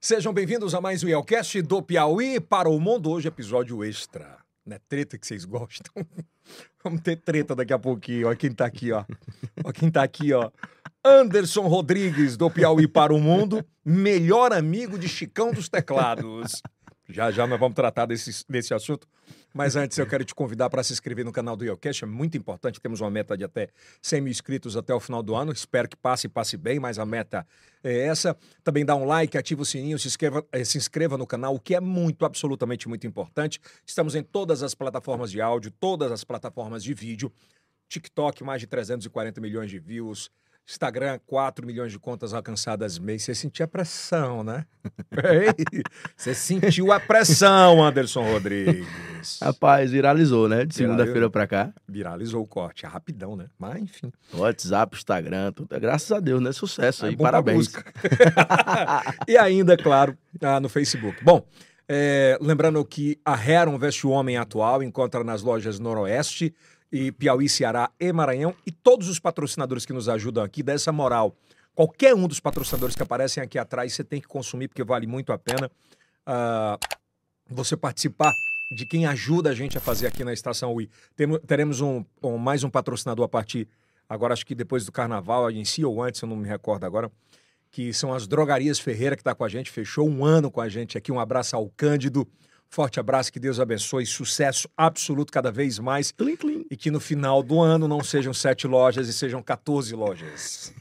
Sejam bem-vindos a mais um Yelcast do Piauí para o Mundo. Hoje, episódio extra. Né? Treta que vocês gostam. Vamos ter treta daqui a pouquinho. Olha quem tá aqui, ó. Olha quem tá aqui, ó. Anderson Rodrigues, do Piauí para o Mundo, melhor amigo de Chicão dos Teclados. Já, já nós vamos tratar desse, desse assunto. Mas antes, eu quero te convidar para se inscrever no canal do Yelcast. É muito importante. Temos uma meta de até 100 mil inscritos até o final do ano. Espero que passe e passe bem, mas a meta é essa. Também dá um like, ativa o sininho, se inscreva, eh, se inscreva no canal, o que é muito, absolutamente muito importante. Estamos em todas as plataformas de áudio, todas as plataformas de vídeo. TikTok, mais de 340 milhões de views. Instagram, 4 milhões de contas alcançadas mês. Você sentiu a pressão, né? Ei, Você sentiu a pressão, Anderson Rodrigues. Rapaz, viralizou, né? De Viralizou. segunda-feira pra cá. Viralizou o corte. É rapidão, né? Mas, enfim. WhatsApp, Instagram, tudo. Graças a Deus, né? Sucesso é aí. bom pra Parabéns. busca. e ainda, claro, ah, no Facebook. Bom, é, lembrando que a Heron Veste o Homem atual encontra nas lojas Noroeste e Piauí, Ceará e Maranhão e todos os patrocinadores que nos ajudam aqui dessa moral. Qualquer um dos patrocinadores que aparecem aqui atrás, você tem que consumir porque vale muito a pena ah, você participar de quem ajuda a gente a fazer aqui na Estação UI. Temo- teremos um- um- mais um patrocinador a partir, agora acho que depois do Carnaval, em si ou antes, eu não me recordo agora, que são as Drogarias Ferreira que está com a gente, fechou um ano com a gente aqui. Um abraço ao Cândido, forte abraço, que Deus abençoe, sucesso absoluto cada vez mais Tlim, tlim. e que no final do ano não sejam sete lojas e sejam 14 lojas.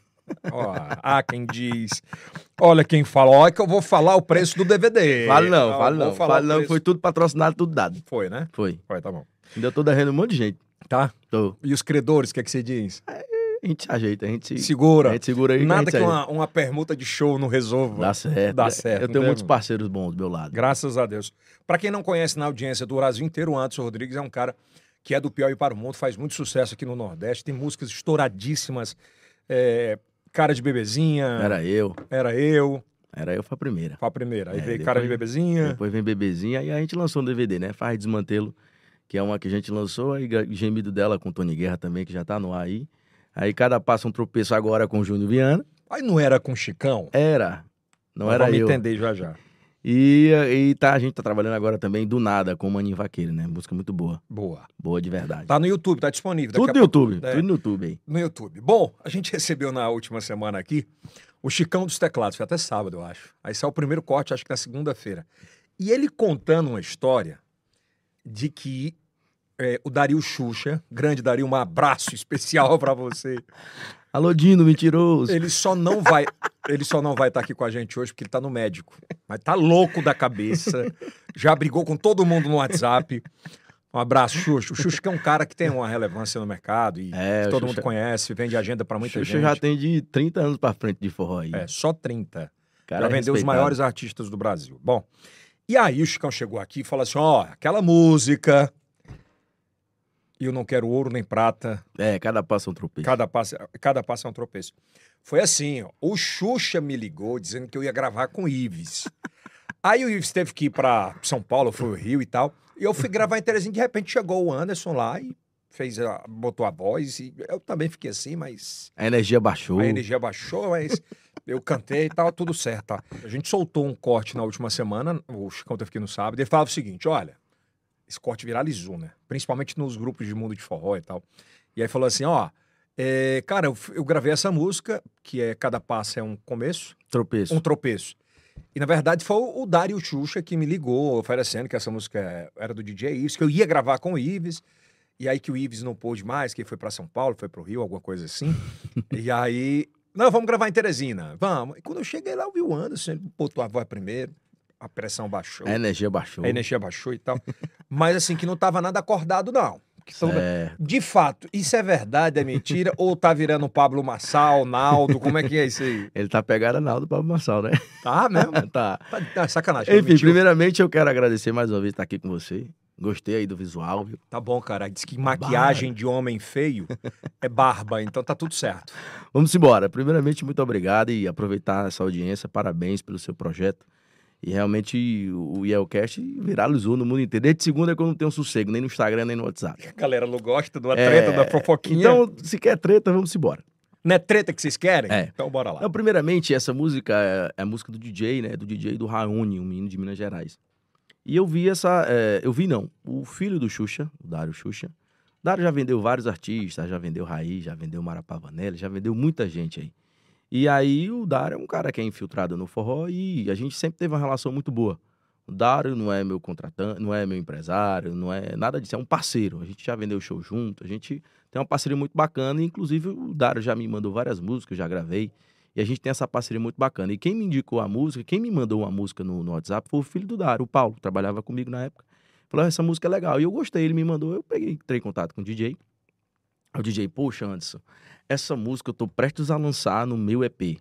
Ó, ah, quem diz. Olha quem fala, olha que eu vou falar o preço do DVD. Fale não, Ah, fale vou não. falar Fale o não, preço. foi tudo patrocinado, tudo dado. Foi, né? Foi. Foi, tá bom. Ainda tô derrendo um monte de gente. Tá? Tô. E os credores, o que é que você diz? A gente se ajeita, a gente se... A Segura. gente segura é aí. a Nada gente que se uma, uma permuta de show não resolva. ajeita. Dá certo. Dá né? certo, Eu não tem, tenho muitos mano? parceiros bons do meu lado. Graças a Deus. Pra quem não conhece na audiência do Brasil inteiro, o Anderson Rodrigues é um cara que é do Piauí para o mundo, faz muito sucesso aqui no Nordeste, tem músicas estouradíssimas. é, cara de bebezinha, era, Era eu. eu, Era eu, foi a primeira. foi a primeira. Aí É, veio depois- cara de bebezinha. Depois vem bebezinha e a gente lançou um DVD, né? Faz Desmantelo, que é uma que a gente lançou, aí gra- gemido dela com Tony Guerra também, que já tá no ar aí. Aí cada passo um tropeço agora com Júnior Viana. Aí não era com Chicão? Era. Não Nós era vamos eu. entender já já. E, e tá, a gente tá trabalhando agora também do nada com o Maninho Vaqueiro, né? Música muito boa. Boa. Boa de verdade. Tá no YouTube, tá disponível. Daqui tudo a no YouTube. É. Tudo no YouTube aí. no YouTube. Bom, a gente recebeu na última semana aqui o Chicão dos Teclados, foi até sábado, eu acho. Aí saiu o primeiro corte, acho que na segunda-feira. E ele contando uma história de que é, o Dario Xuxa, grande Dario, um abraço especial pra você. Alô, Dino, mentiroso. Ele só não vai, ele só não vai estar aqui com a gente hoje porque ele tá no médico. Mas tá louco da cabeça. Já brigou com todo mundo no WhatsApp. Um abraço, Xuxa. O Xuxa que é um cara que tem uma relevância no mercado e É, o todo mundo Xuxa- conhece, vende agenda pra muita Xuxa gente. já tem de 30 anos pra frente de forró aí. É, só 30. Cara já vendeu os respeitado. maiores artistas do Brasil. Bom, e aí o Chicão chegou aqui e falou assim: ó, aquela música. Eu não quero ouro nem prata. É, cada passo um tropeço. Cada passo, cada passo é um tropeço. Foi assim, ó. O Xuxa me ligou dizendo que eu ia gravar com o Ives. Aí o Ives teve que ir pra São Paulo, foi o Rio e tal. E eu fui gravar em Teresina, de repente chegou o Anderson lá e fez a- botou a voz. E eu também fiquei assim, mas A energia baixou. a energia baixou, mas eu cantei e tava tudo certo. Tá? A gente soltou um corte na última semana, o Chicão teve aqui no sábado, ele falava o seguinte: olha, esse corte viralizou, né? Principalmente nos grupos de mundo de forró e tal. E aí falou assim: ó, é, cara, eu, f- eu gravei essa música, que é Cada Passo é um Começo, Tropeço. um tropeço. E na verdade foi o o Dário Xuxa que me ligou, oferecendo que essa música é- era do DJ Ives, que eu ia gravar com o Ives. E aí que o Ives não pôde mais, que ele foi pra São Paulo, foi pro Rio, alguma coisa assim. e aí, não, vamos gravar em Teresina, vamos. E quando eu cheguei lá, eu vi o Anderson, ele botou a voz primeiro, a pressão baixou, A energia baixou. a energia baixou e tal. Mas assim, que não tava nada acordado, não. Que tava- É, De fato, isso é verdade, é mentira? ou tá virando Pablo Massal, Naldo, como é que é isso aí? ele tá pegado na do Pablo Marçal, né? Tá mesmo? tá. Tá, tá, sacanagem. ele Enfim, mentiu. primeiramente eu quero agradecer mais uma vez estar aqui com você. Gostei aí do visual, viu? Tá bom, cara. Diz que maquiagem de homem feio é barba, então tá tudo certo. Vamos embora. Primeiramente, muito obrigado e aproveitar essa audiência. Parabéns pelo seu projeto. E realmente o Yelcast viralizou no mundo inteiro. Desde segunda é que eu não tenho um sossego, nem no Instagram, nem no WhatsApp. A galera não gosta de uma É, treta, da fofoquinha. Então, se quer treta, vamos embora. então, Não é treta que vocês querem? É. Então bora lá. Não, primeiramente, essa música é, é a música do DJ, né? Do DJ do Raoni, um menino de Minas Gerais. E eu vi essa. é, eu vi, não. O filho do Xuxa, o Dário Xuxa. Dário já vendeu vários artistas, já vendeu Raiz, já vendeu Marapavanelli, já vendeu muita gente aí. E aí o Dário é um cara que é infiltrado no forró e a gente sempre teve uma relação muito boa. O Dário não é meu contratante, não é meu empresário, não é nada disso, é um parceiro. A gente já vendeu show junto, a gente tem uma parceria muito bacana. e, Inclusive, o Dário já me mandou várias músicas, eu já gravei. E a gente tem essa parceria muito bacana. E quem me indicou a música, quem me mandou uma música no, no WhatsApp foi o filho do Dário, o Paulo, que trabalhava comigo na época. Falou, essa música é legal. E eu gostei, ele me mandou, eu peguei, entrei em contato com o DJ. Aí o DJ, poxa, Anderson, essa música eu tô prestes a lançar no meu EP.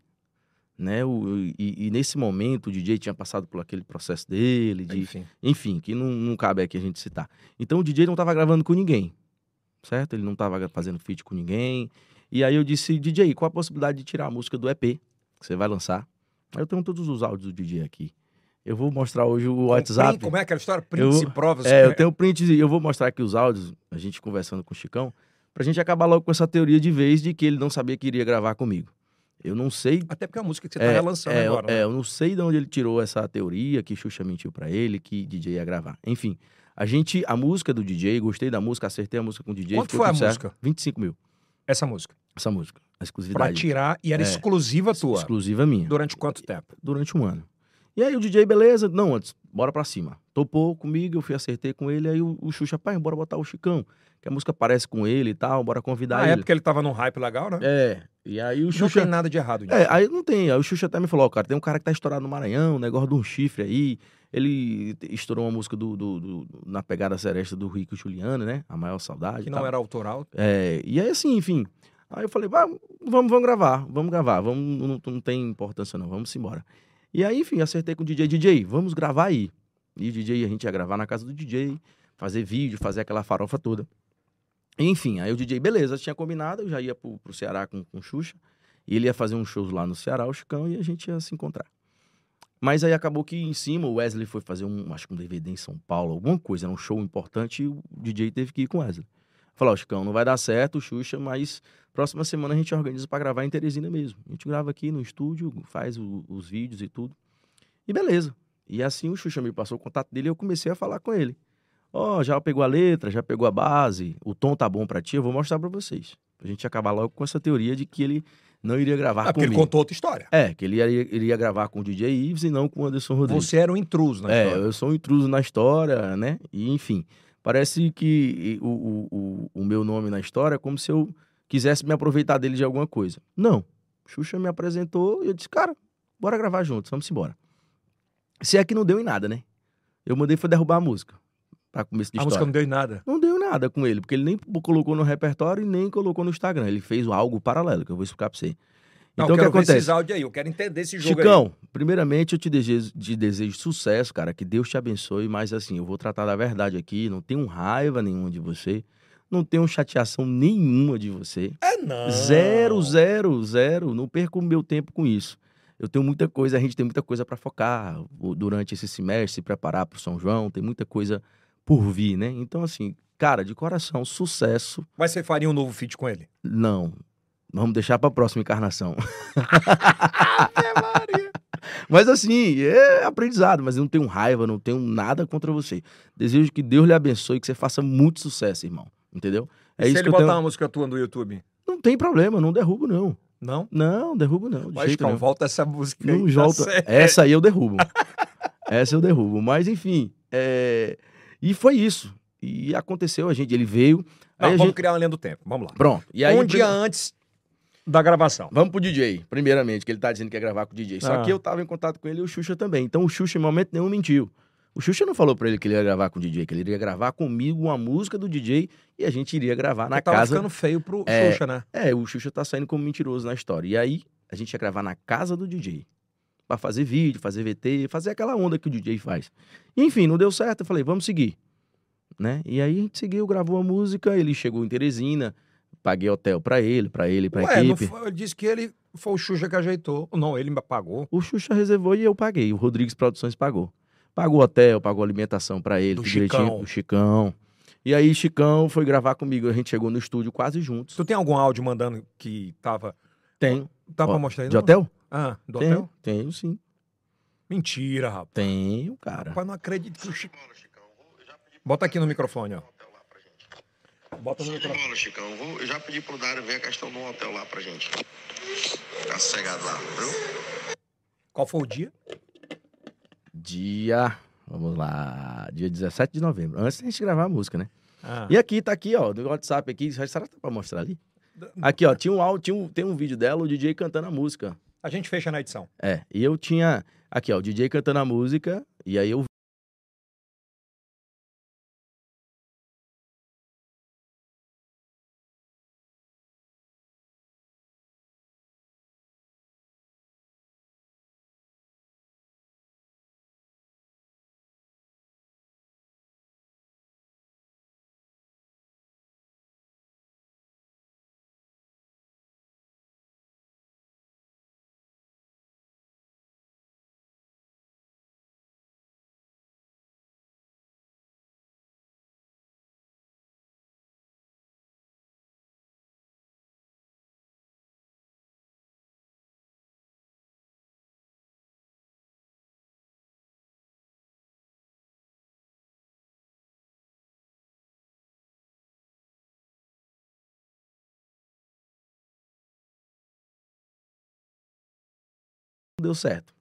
Né? O- e, e nesse momento o DJ tinha passado por aquele processo dele, de, Enfim. enfim, que não, não cabe aqui a gente citar. Então o DJ não estava gravando com ninguém, certo? Ele não estava fazendo feat com ninguém. E aí eu disse, DJ, qual a possibilidade de tirar a música do EP que você vai lançar? Aí eu tenho todos os áudios do DJ aqui. Eu vou mostrar hoje o WhatsApp. Como é aquela história? Eu- Príncipe provas. É, eu tenho prints e eu vou mostrar aqui os áudios, a gente conversando com o Chicão, pra gente acabar logo com essa teoria de vez de que ele não sabia que iria gravar comigo. Eu não sei Até porque é uma música que você tá relançando é, agora. é, né? eu não sei de onde ele tirou essa teoria que Xuxa mentiu pra ele, que DJ ia gravar. Enfim, a gente, a música do DJ, gostei da música, acertei a música com o DJ. Quanto foi ficou a tudo certo. música? 25 mil, Essa música. essa música. A Pra exclusividade. tirar, e era É. exclusiva tua. Exclusiva minha, Durante quanto tempo? durante um ano. E aí o DJ, beleza? Não, antes, bora pra cima. Topou comigo, eu fui, acertei com ele, aí o, o Xuxa, pai, bora botar o Chicão, que a música parece com ele e tal, bora convidar Na ele. época né? ele tava num hype legal, né? É, e aí o Não Xuxa... tem nada de errado nisso. É, aí não tem. Aí o Xuxa até me falou, ó, cara, tem um cara que tá estourado no Maranhão, um negócio de um chifre aí. Ele te- estourou uma música do, do- do- do- na pegada seresta do Rico e Juliano, né? A maior saudade. que e não tal. era autoral. É, e aí assim, enfim. Aí eu falei, "Vá, vamos, vamos gravar, vamos gravar, vamos, não, não tem importância não, vamos embora. E aí, enfim, acertei com o DJ, DJ, vamos gravar aí. E o DJ, a gente ia gravar na casa do DJ, fazer vídeo, fazer aquela farofa toda. Enfim, aí o DJ, beleza, tinha combinado, eu já ia pro, pro Ceará com, com o Xuxa, e ele ia fazer uns shows lá no Ceará, o Chicão, e a gente ia se encontrar. Mas aí acabou que em cima o Wesley foi fazer um, acho que um DVD em São Paulo, alguma coisa, era um show importante, e o DJ teve que ir com o Wesley. Falou, ó, Chicão, não vai dar certo, Xuxa, mas próxima semana a gente organiza pra gravar em Teresina mesmo. A gente grava aqui no estúdio, faz o- os vídeos e tudo. E beleza. E assim o Xuxa me passou o contato dele e eu comecei a falar com ele. Ó, já pegou a letra, já pegou a base, o tom tá bom pra ti, eu vou mostrar pra vocês. Pra gente acabar logo com essa teoria de que ele não iria gravar Ah, porque ele comigo. contou outra história. É, que ele iria, iria gravar com o DJ Ives e não com o Anderson Rodrigues. Você era um intruso na É, história. eu sou um intruso na história, né? E, enfim, parece que o, o- o- o meu nome na história é como se eu quisesse me aproveitar dele de alguma coisa. Não. Xuxa me apresentou e eu disse, cara, bora gravar juntos, vamos embora. Se é que não deu em nada, né? Eu mandei foi derrubar a música. Pra começo de A história. música não deu em nada. Não deu nada com ele, porque ele nem colocou no repertório e nem colocou no Instagram. Ele fez algo paralelo, que eu vou explicar pra você. Não, Então o que quero ver acontece? esses áudios aí. Eu quero entender esse jogo aí. Chicão, primeiramente eu te desejo, te desejo sucesso, cara. Que Deus te abençoe, mas assim, eu vou tratar da verdade aqui. Não tenho raiva nenhuma de você. Não tenho chateação nenhuma de você. É não. Zero, zero, zero. Não perco o meu tempo com isso. Eu tenho muita coisa, a gente tem muita coisa para focar o- durante esse semestre, se preparar para o São João, tem muita coisa por vir, né? Então, assim, cara, de coração, sucesso. Mas você faria um novo feat com ele? Não. Vamos deixar para a próxima encarnação. É, Maria. Mas assim, é aprendizado, mas eu não tenho raiva, não tenho nada contra você. Desejo que Deus lhe abençoe, que você faça muito sucesso, irmão. Entendeu? É e isso se ele que eu botar um tenho. uma música tua no YouTube? Não tem problema, não derrubo, não. Não? Não, derrubo, não. De Mas, jeito Chicão, nenhum. volta essa música um aí. Não tá volta. certo. Essa aí eu derrubo. Essa eu derrubo. Mas enfim. é, E foi isso. E aconteceu, a gente. Ele veio. Não, Aí a vamos gente. criar uma linha do tempo. Vamos lá. Pronto. E aí, um o dia prim- antes da gravação. Vamos pro DJ, primeiramente, que ele tá dizendo que ia gravar com o DJ. Só Ah. que eu tava em contato com ele e o Xuxa também. Então o Xuxa, em momento nenhum, mentiu. O Xuxa não falou pra ele que ele ia gravar com o DJ, que ele iria gravar comigo uma música do DJ e a gente iria gravar na Porque tava casa. ficando feio pro É. Xuxa, né? É, o Xuxa tá saindo como mentiroso na história. E aí, a gente ia gravar na casa do DJ. Pra fazer vídeo, fazer VT, fazer aquela onda que o DJ faz. Enfim, não deu certo. Eu falei, vamos seguir. Né? E aí a gente seguiu, gravou a música, ele chegou em Teresina, paguei hotel pra ele, pra ele, pra Ué, não equipe. foi, ele disse que ele foi o Xuxa que ajeitou. Não, ele me pagou. O Xuxa reservou e eu paguei. O Rodrigues Produções pagou. Pagou hotel, pagou alimentação pra ele, Do tudo direitinho, Chicão. do Chicão. E aí, Chicão foi gravar comigo. A gente chegou no estúdio quase juntos. Tu tem algum áudio mandando que tava Tenho. Dá Ó, pra mostrar aí? De não? hotel? Ah, do tenho, hotel? tenho sim. Mentira, rapaz. Tenho, cara. Rapaz, não acredito que o Chico... Bota aqui no microfone, ó. Bota no Show de microfone. bola, Chicão. Eu vou- eu já pedi pro Dário ver a questão de um hotel lá pra gente. Ficar sossegado lá, viu? Qual foi o dia? Dia. Vamos lá. Dia 17 de novembro. Antes da gente gravar a música, né? Ah. E aqui, tá aqui, ó, do WhatsApp aqui. Será que tá pra mostrar ali? Aqui, ó, tinha um áudio, tinha um- tem um vídeo dela, o DJ cantando a música. A gente fecha na edição. É, e eu tinha. Aqui, ó, o DJ cantando a música, e aí eu. Não deu certo.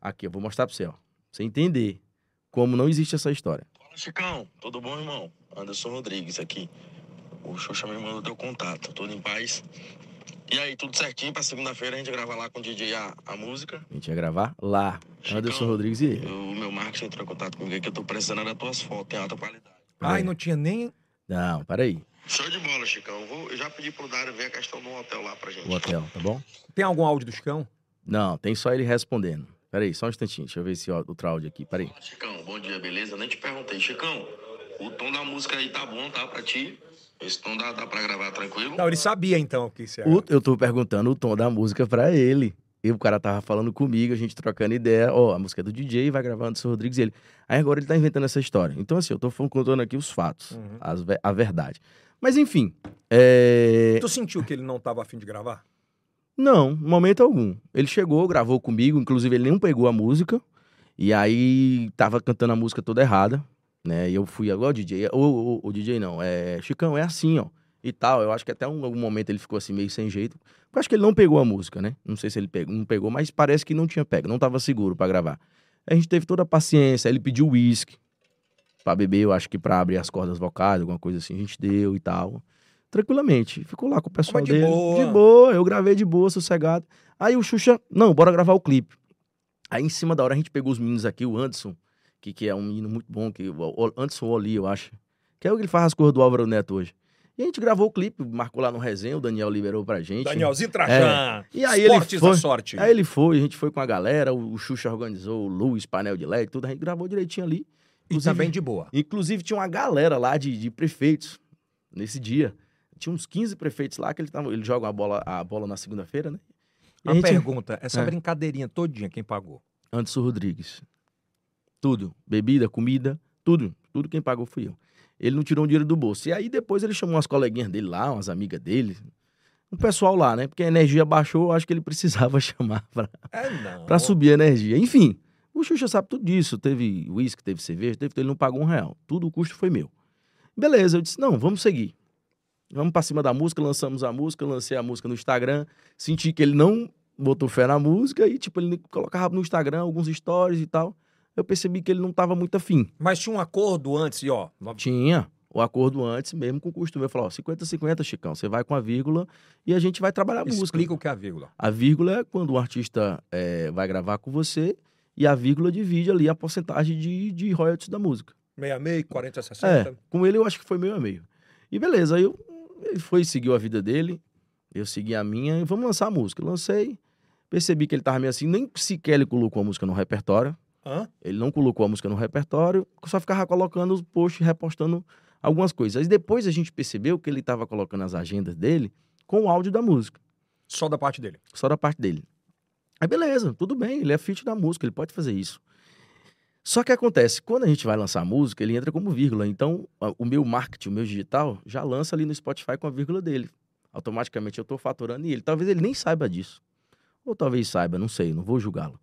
Aqui, eu vou mostrar pra você, ó. Pra você entender como não existe essa história. Fala, Chicão. Tudo bom, irmão? Anderson Rodrigues aqui. O Xuxa me mandou teu contato. Tudo em paz. E aí, tudo certinho? Pra segunda-feira a gente grava lá com o DJ a, a música. A gente ia gravar lá. Anderson Chicão, Rodrigues e eu- ele. O meu marketing entrou em contato comigo aqui. Eu tô precisando é das tuas fotos em alta qualidade. Ai, É. não tinha nem... Não, peraí. Show de bola, Chicão. Eu vou- eu já pedi pro Dário ver a questão de um hotel lá pra gente. O hotel, tá bom? Tem algum áudio do Chicão? Não, tem só ele respondendo. Peraí, só um instantinho. Deixa eu ver esse ó- outro áudio aqui. Peraí. Chicão, bom dia, beleza? Nem te perguntei. Chicão, o tom da música aí tá bom, tá? Pra ti? Esse tom dá, dá pra gravar tranquilo? Não, ele sabia então que isso era. O- eu tô perguntando o tom da música pra ele. E o cara tava falando comigo, a gente trocando ideia. Ó, a música é do DJ, vai gravar Anderson Rodrigues e ele. Aí agora ele tá inventando essa história. Então, assim, eu tô fo- contando aqui os fatos, Uhum. as ve- a verdade. Mas, enfim. É... Tu sentiu que ele não tava afim de gravar? Não, em momento algum. Ele chegou, gravou comigo, inclusive ele nem pegou a música. E aí tava cantando a música toda errada, né? E eu fui agora, DJ, ou o DJ não, é Chicão, é assim, ó. E tal, eu acho que até um, algum momento ele ficou assim meio sem jeito. Eu acho que ele não pegou a música, né? Não sei se ele pegou, não pegou, mas parece que não tinha pego, não tava seguro pra gravar. A gente teve toda a paciência, aí ele pediu uísque pra beber, eu acho que pra abrir as cordas vocais, alguma coisa assim, a gente deu e tal. Tranquilamente, ficou lá com o pessoal Mas de dele. boa. De boa, eu gravei de boa, sossegado. Aí o Xuxa, não, bora gravar o clipe. Aí em cima da hora a gente pegou os meninos aqui, o Anderson, que, que é um menino muito bom, que, o o- Anderson Oli, eu acho. Que é o que ele faz as cores do Álvaro Neto hoje. E a gente gravou o clipe, marcou lá no resenha, o Daniel liberou pra gente. Danielzinho Trajan. É. E aí ele Esportes foi- É, da sorte. Aí ele foi, a gente foi com a galera, o o Xuxa organizou, o Luiz, painel de LED, tudo, a gente gravou direitinho ali. E também de boa. Inclusive, tinha uma galera lá de, de prefeitos nesse dia. Tinha uns 15 prefeitos lá que ele, tava, ele joga a bola, a bola na segunda-feira, né? E A a gente- pergunta, essa É. brincadeirinha todinha, quem pagou? Anderson Rodrigues. Tudo. Bebida, comida, tudo. Tudo quem pagou fui eu. Ele não tirou o dinheiro do bolso. E aí depois ele chamou umas coleguinhas dele lá, umas amigas dele. Um pessoal lá, né? Porque a energia baixou, eu acho que ele precisava chamar pra, É, não. pra subir a energia. Enfim, o Xuxa sabe tudo disso. Teve uísque, teve cerveja, teve, tudo, ele não pagou um real. Tudo o custo foi meu. Beleza, eu disse, não, vamos seguir. Vamos pra cima da música, lançamos a música, eu lancei a música no Instagram, senti que ele não botou fé na música e, tipo, ele colocava no Instagram alguns stories e tal. Eu percebi que ele não tava muito afim. Mas tinha um acordo antes, e ó. nós- Tinha o acordo antes mesmo com o custo meu. Eu falava, ó, 50-50, Chicão, você vai com a vírgula e a gente vai trabalhar a música. né? Explica o que é a vírgula. A vírgula é quando o artista eh, vai gravar com você e a vírgula divide ali a porcentagem de, de royalties da música. 66, 40, 60. É, com ele eu acho que foi meio a meio. E beleza, aí eu, ele foi, seguiu a vida dele, eu segui a minha e vamos lançar a música. Lancei, percebi que ele tava meio assim, nem sequer ele colocou a música no repertório. Hã? Ele não colocou a música no repertório, só ficava colocando os posts, repostando algumas coisas. Aí depois a gente percebeu que ele tava colocando as agendas dele com o áudio da música Só da parte dele. só da parte dele. Aí beleza, tudo bem, ele é feat da música, ele pode fazer isso. Só que acontece, quando a gente vai lançar a música, ele entra como vírgula. Então, a- o meu marketing, o meu digital, já lança ali no Spotify com a vírgula dele. automaticamente eu tô faturando e ele. Talvez ele nem saiba disso. Ou talvez saiba, não sei, não vou julgá-lo.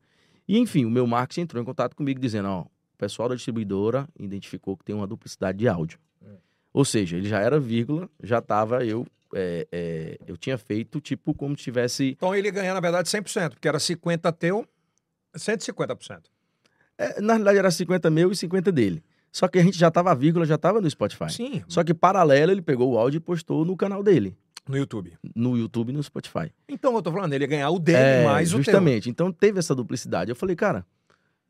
E enfim, o meu marketing entrou em contato comigo dizendo: ó, o pessoal da distribuidora identificou que tem uma duplicidade de áudio. Hum. Ou seja, ele já era vírgula, já tava eu. é, é, eu tinha feito tipo como se tivesse Então ele ganha, na verdade, 100%, porque era 50 teu, 150%. É, na realidade era 50 meu e 50 dele. Só que a gente já tava, a vírgula já tava no Spotify. Sim, Só que paralelo ele pegou o áudio e postou no canal dele, no YouTube. no YouTube e no Spotify. Então eu tô falando, ele ia ganhar o dele É, mais o teu. justamente. Então teve essa duplicidade. Eu falei, cara,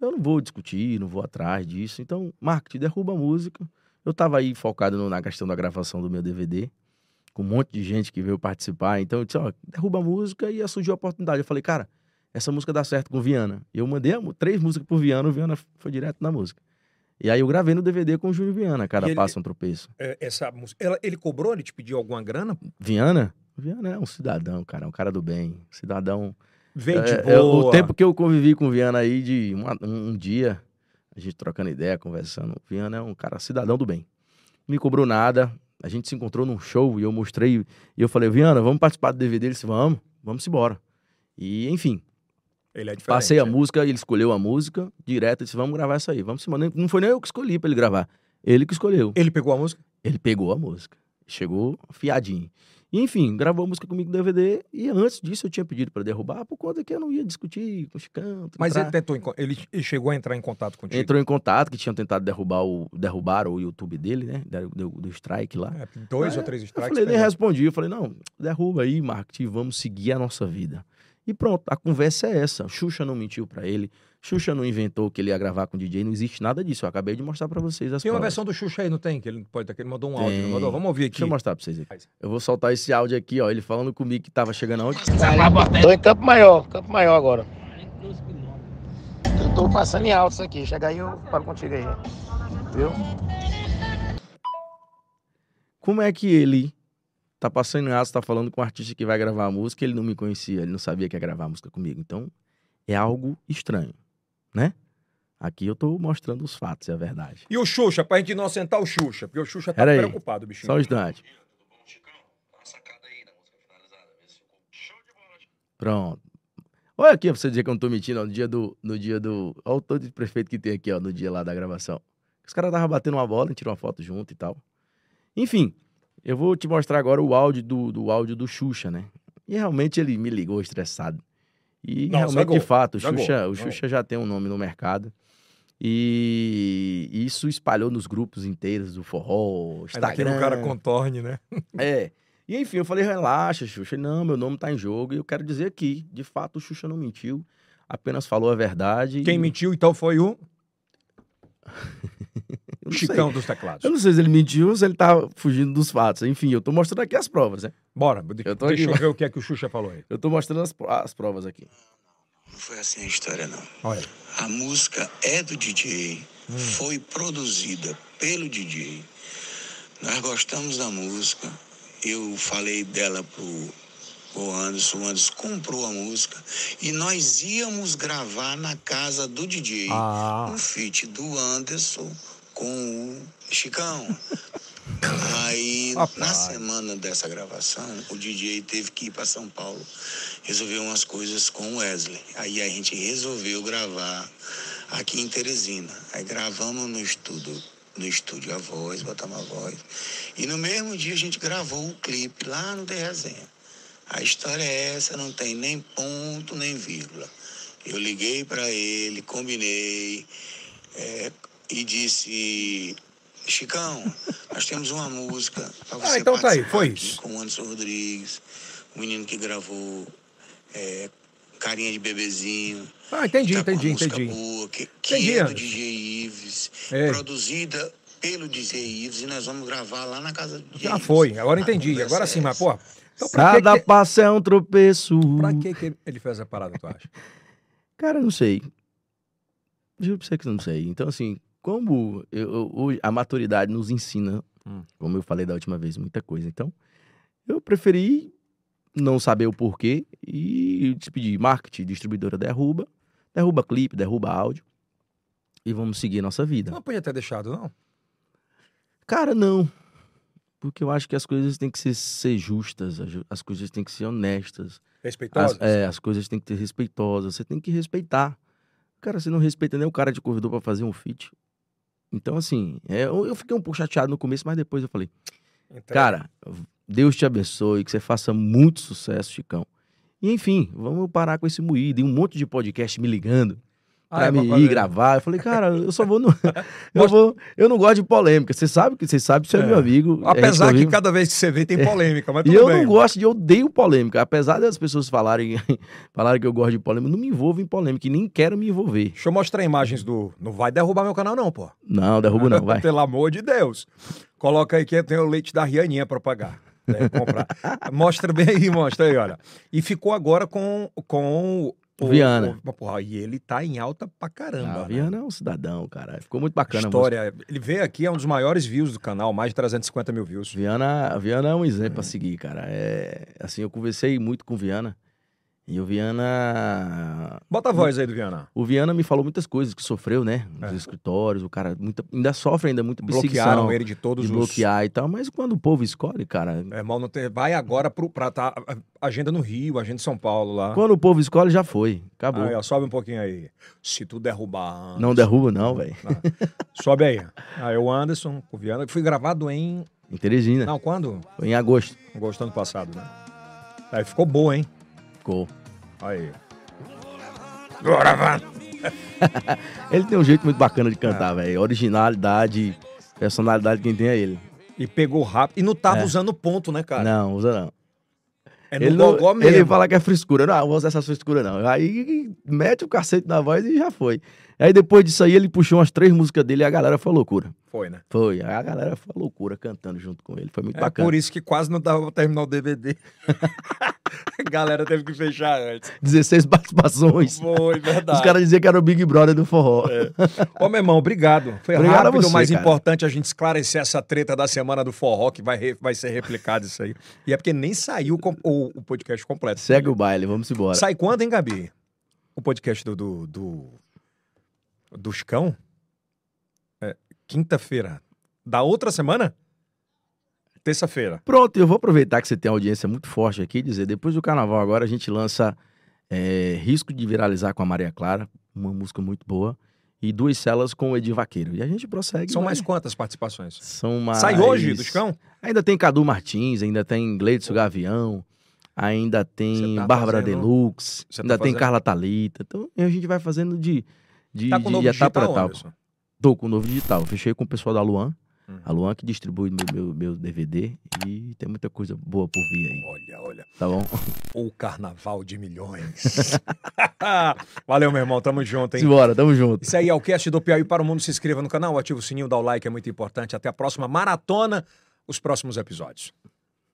eu não vou discutir, não vou atrás disso. Então, marketing derruba a música. Eu tava aí focado no- na questão da gravação do meu DVD, com um monte de gente que veio participar. Então eu disse, ó, derruba a música e aí surgiu a oportunidade. Eu falei, cara, essa música dá certo com Viana. Eu mandei a mu- três músicas pro Viana, o Viana foi direto na música. E aí eu gravei no DVD com o Júnior Viana, cara, E ele- passa um tropeço. É, Essa música. Ela- ele cobrou, ele te pediu alguma grana? Viana? Viana é um cidadão, cara, é um cara do bem, cidadão Veio de É, é, boa. o tempo que eu convivi com o Viana aí, de uma- um, um dia, a gente trocando ideia, conversando. O Viana é um cara cidadão do bem. Não me cobrou nada. A gente se encontrou num show e eu mostrei. E eu falei, Viana, vamos participar do DVD? Ele disse, vamos, vamos embora. E, enfim, Ele é diferente. passei a né? música, ele escolheu a música direto. Disse, vamos gravar isso aí, vamos embora. Nem- Não foi nem eu que escolhi pra ele gravar. Ele que escolheu. Ele pegou a música? Ele pegou a música. Chegou fiadinho. E, enfim, gravou a música comigo no DVD. E antes disso eu tinha pedido pra derrubar, por conta que eu não ia discutir com o Chicão. Mas trá. ele tentou, enco- ele ele chegou a entrar em contato contigo. entrou em contato, que tinham tentado derrubar o, derrubar o YouTube dele, né? Deu, deu, deu strike lá. É, dois Ah, ou três Eu strikes. falei, nem pegou. respondi. Eu falei, não, derruba aí, marketing, vamos seguir a nossa vida. E pronto, a conversa é essa. Xuxa não mentiu pra ele, Xuxa não inventou que ele ia gravar com o DJ, não existe nada disso. Eu acabei de mostrar pra vocês as Tem uma provas. versão do Xuxa aí, não tem? Que ele, pode, que ele mandou um áudio, não Tem. mandou? Vamos ouvir aqui. Deixa eu mostrar pra vocês aqui. Eu vou soltar esse áudio aqui, ó, ele falando comigo que tava chegando aonde? Tô em Campo Maior, Campo Maior agora. Eu tô passando em alto isso aqui. Chega aí, eu falo contigo aí. Viu? Como é que ele tá passando em ato, tá falando com um artista que vai gravar a música, ele não me conhecia, ele não sabia que ia gravar a música comigo. Então, é algo estranho, né? Aqui eu tô mostrando os fatos e a verdade. E o Xuxa, pra gente inocentar o Xuxa, porque o Xuxa tá Pera aí. preocupado, bichinho. Só um instante. Pronto. Olha aqui pra você dizer que eu não tô mentindo, ó, no dia do... No dia do olha o tanto de prefeito que tem aqui, ó, no dia lá da gravação. Os caras estavam batendo uma bola, a gente tirou uma foto junto e tal. Enfim, eu vou te mostrar agora o áudio do, do áudio do Xuxa, né? E realmente ele me ligou estressado. E Não, realmente, zangou, de fato, o zangou, Xuxa, o zangou. Xuxa já tem um nome no mercado. E isso espalhou nos grupos inteiros do forró, Mas aqui Instagram. o um cara contorne, né? É. E enfim, eu falei, relaxa, Xuxa. Ele, Não, meu nome tá em jogo. E eu quero dizer aqui, de fato, o Xuxa não mentiu. Apenas falou a verdade. Quem E- mentiu, então, foi o Eu não sei. Chicão dos teclados. Eu não sei se ele mentiu ou se ele tá fugindo dos fatos. Enfim, eu tô mostrando aqui as provas, né? Bora, de- Eu tô deixa aqui, né? eu ver o que é que o Xuxa falou aí. Eu tô mostrando as, pro- as provas aqui. Não foi assim a história, não. Olha. A música é do DJ, foi produzida pelo DJ. Nós gostamos da música. Eu falei dela pro, pro Anderson, o Anderson comprou a música e nós íamos gravar na casa do DJ. Ah, Um feat do Anderson com o Chicão. Aí, na Rapaz. semana dessa gravação, o DJ teve que ir para São Paulo resolver umas coisas com o Wesley. Aí a gente resolveu gravar aqui em Teresina. Aí gravamos no estúdio, no estúdio a voz, botamos a voz. E no mesmo dia a gente gravou o clipe lá no The Resenha. A história é essa, não tem nem ponto nem vírgula. Eu liguei para ele, combinei é, e disse: Chicão, nós temos uma música para você Ah, então tá aí, participar foi aqui isso. Com o Anderson Rodrigues, o menino que gravou é, Carinha de Bebezinho. Ah, entendi, tá com entendi, a música entendi. Boa, que que Entendi, é do Anderson. DJ Ives, É. produzida pelo DJ Ives, e nós vamos gravar lá na casa do DJ Já Ives. foi, agora A entendi. conversa Agora é sim, mas, essa. pô. Então, pra que, Cada um. que, passo é um tropeço. pra que que ele- ele fez a parada, tu acha? Cara, eu não sei. Juro pra você que eu não sei. Então, assim, como eu- eu- hoje a maturidade nos ensina, Hum. como eu falei da última vez, muita coisa. Então, eu preferi não saber o porquê e despedir marketing, distribuidora derruba, derruba clipe, derruba áudio e vamos seguir nossa vida. Não podia ter deixado, não? Cara, não. porque eu acho que as coisas têm que ser, ser justas, as, as coisas têm que ser honestas, as, Respeitosos? é, as coisas têm que ser respeitosas, você tem que respeitar. Cara, você não respeita nem o cara de corredor pra fazer um feat. Então, assim, é, eu, eu fiquei um pouco chateado no começo, mas depois eu falei, Então, cara, Deus te abençoe, que você faça muito sucesso, Chicão. E enfim, vamos parar com esse moído. E um monte de podcast me ligando ah, pra é me pra ir fazer. gravar. Eu falei, cara, eu só vou no. eu, vou... eu não gosto de polêmica. Você sabe que você sabe, você é, É. meu amigo. é Apesar que convive. cada vez que você vê tem polêmica, mas É. E tudo eu bem. não gosto de, eu odeio polêmica. Apesar das pessoas falarem, falarem que eu gosto de polêmica, eu não me envolvo em polêmica e nem quero me envolver. Deixa eu mostrar imagens do... Não vai derrubar meu canal não, pô. Não, derrubo não, vai. Pelo amor de Deus. Coloca aí que tem o leite da Rianinha pra pagar. né, comprar. mostra bem aí, mostra aí, olha. E ficou agora com, com o... o- Viana. o- porra, e ele tá em alta pra caramba. Ah, né? Viana é um cidadão, cara. Ficou muito bacana. a música. História. Ele veio aqui, é um dos maiores views do canal, mais de 350 mil views. Viana, Viana é um exemplo a seguir, cara. É, assim, eu conversei muito com o Viana. E o Viana Bota a voz aí do Viana. O Viana me falou muitas coisas que sofreu, né? Nos É. escritórios, o cara muita- ainda sofre ainda muita perseguição Bloquearam ele de todos os. de É. bloquear e tal, mas quando o povo escolhe, cara, Meu irmão, não tem... vai agora pro, pra tá, a- agenda no Rio, agenda em São Paulo lá. quando o povo escolhe já foi, acabou. Aí, ó, sobe um pouquinho aí. Se tu derrubar. Anderson. não derruba não, velho. Sobe aí. Aí o Anderson, o Viana, que foi gravado em. Em Teresina, Não, quando? foi em agosto. Agosto do ano passado, né? Aí ficou boa, hein? Ficou. Aí. Agora vai. Ele tem um jeito muito bacana de cantar, velho. Originalidade, personalidade quem tem é ele. E pegou rápido. E não tava É. usando ponto, né, cara? Não, usa não. É ele no gogó não, mesmo. ele fala que é frescura. Eu Não, não vou usar essa frescura não. Aí mete o cacete na voz e já foi. Aí depois disso aí ele puxou umas três músicas dele e a galera foi loucura. Foi, né? Foi, a galera foi uma loucura cantando junto com ele, foi muito É bacana. por isso que quase não dava pra terminar o DVD. A galera teve que fechar antes. 16 participações. Foi, verdade. é. Os caras diziam que era o Big Brother do forró. É. Ô, meu irmão, obrigado. Foi Obrigado a rápido, você, mas cara. importante a gente esclarecer essa treta da semana do forró, que vai, re- vai ser replicado isso aí. E é porque nem saiu com- o, o podcast completo. Segue o baile, vamos embora. Sai quando, hein, Gabi? O podcast do... do, do dos cão? É, Quinta-feira. Da outra semana? Terça-feira. Pronto, eu vou aproveitar que você tem uma audiência muito forte aqui e dizer, depois do carnaval agora a gente lança é, Risco de Viralizar com a Maria Clara, uma música muito boa, e Duas Celas com o Edir Vaqueiro. E a gente prossegue. São vai. mais quantas participações? São mais... Sai hoje, dos cão? Ainda tem Cadu Martins, ainda tem Gleidson Gavião, ainda tem Você tá Bárbara fazendo- Deluxe, Você tá ainda tem fazendo- Carla Talita. Então a gente vai fazendo de, de, Tá com o de novo etapa pra digital, etapa. Anderson? Tô com o novo digital. Fechei com o pessoal da Luan. Uhum. A Luan que distribui meu, meu, meu DVD e tem muita coisa boa por vir aí, Olha, olha. tá bom? O carnaval de milhões. Valeu, meu irmão. Tamo junto, hein? Simbora, tamo junto. Isso aí é o cast do Piauí para o Mundo. Se inscreva no canal, ativa o sininho, dá o like, é muito importante. Até a próxima maratona, os próximos episódios.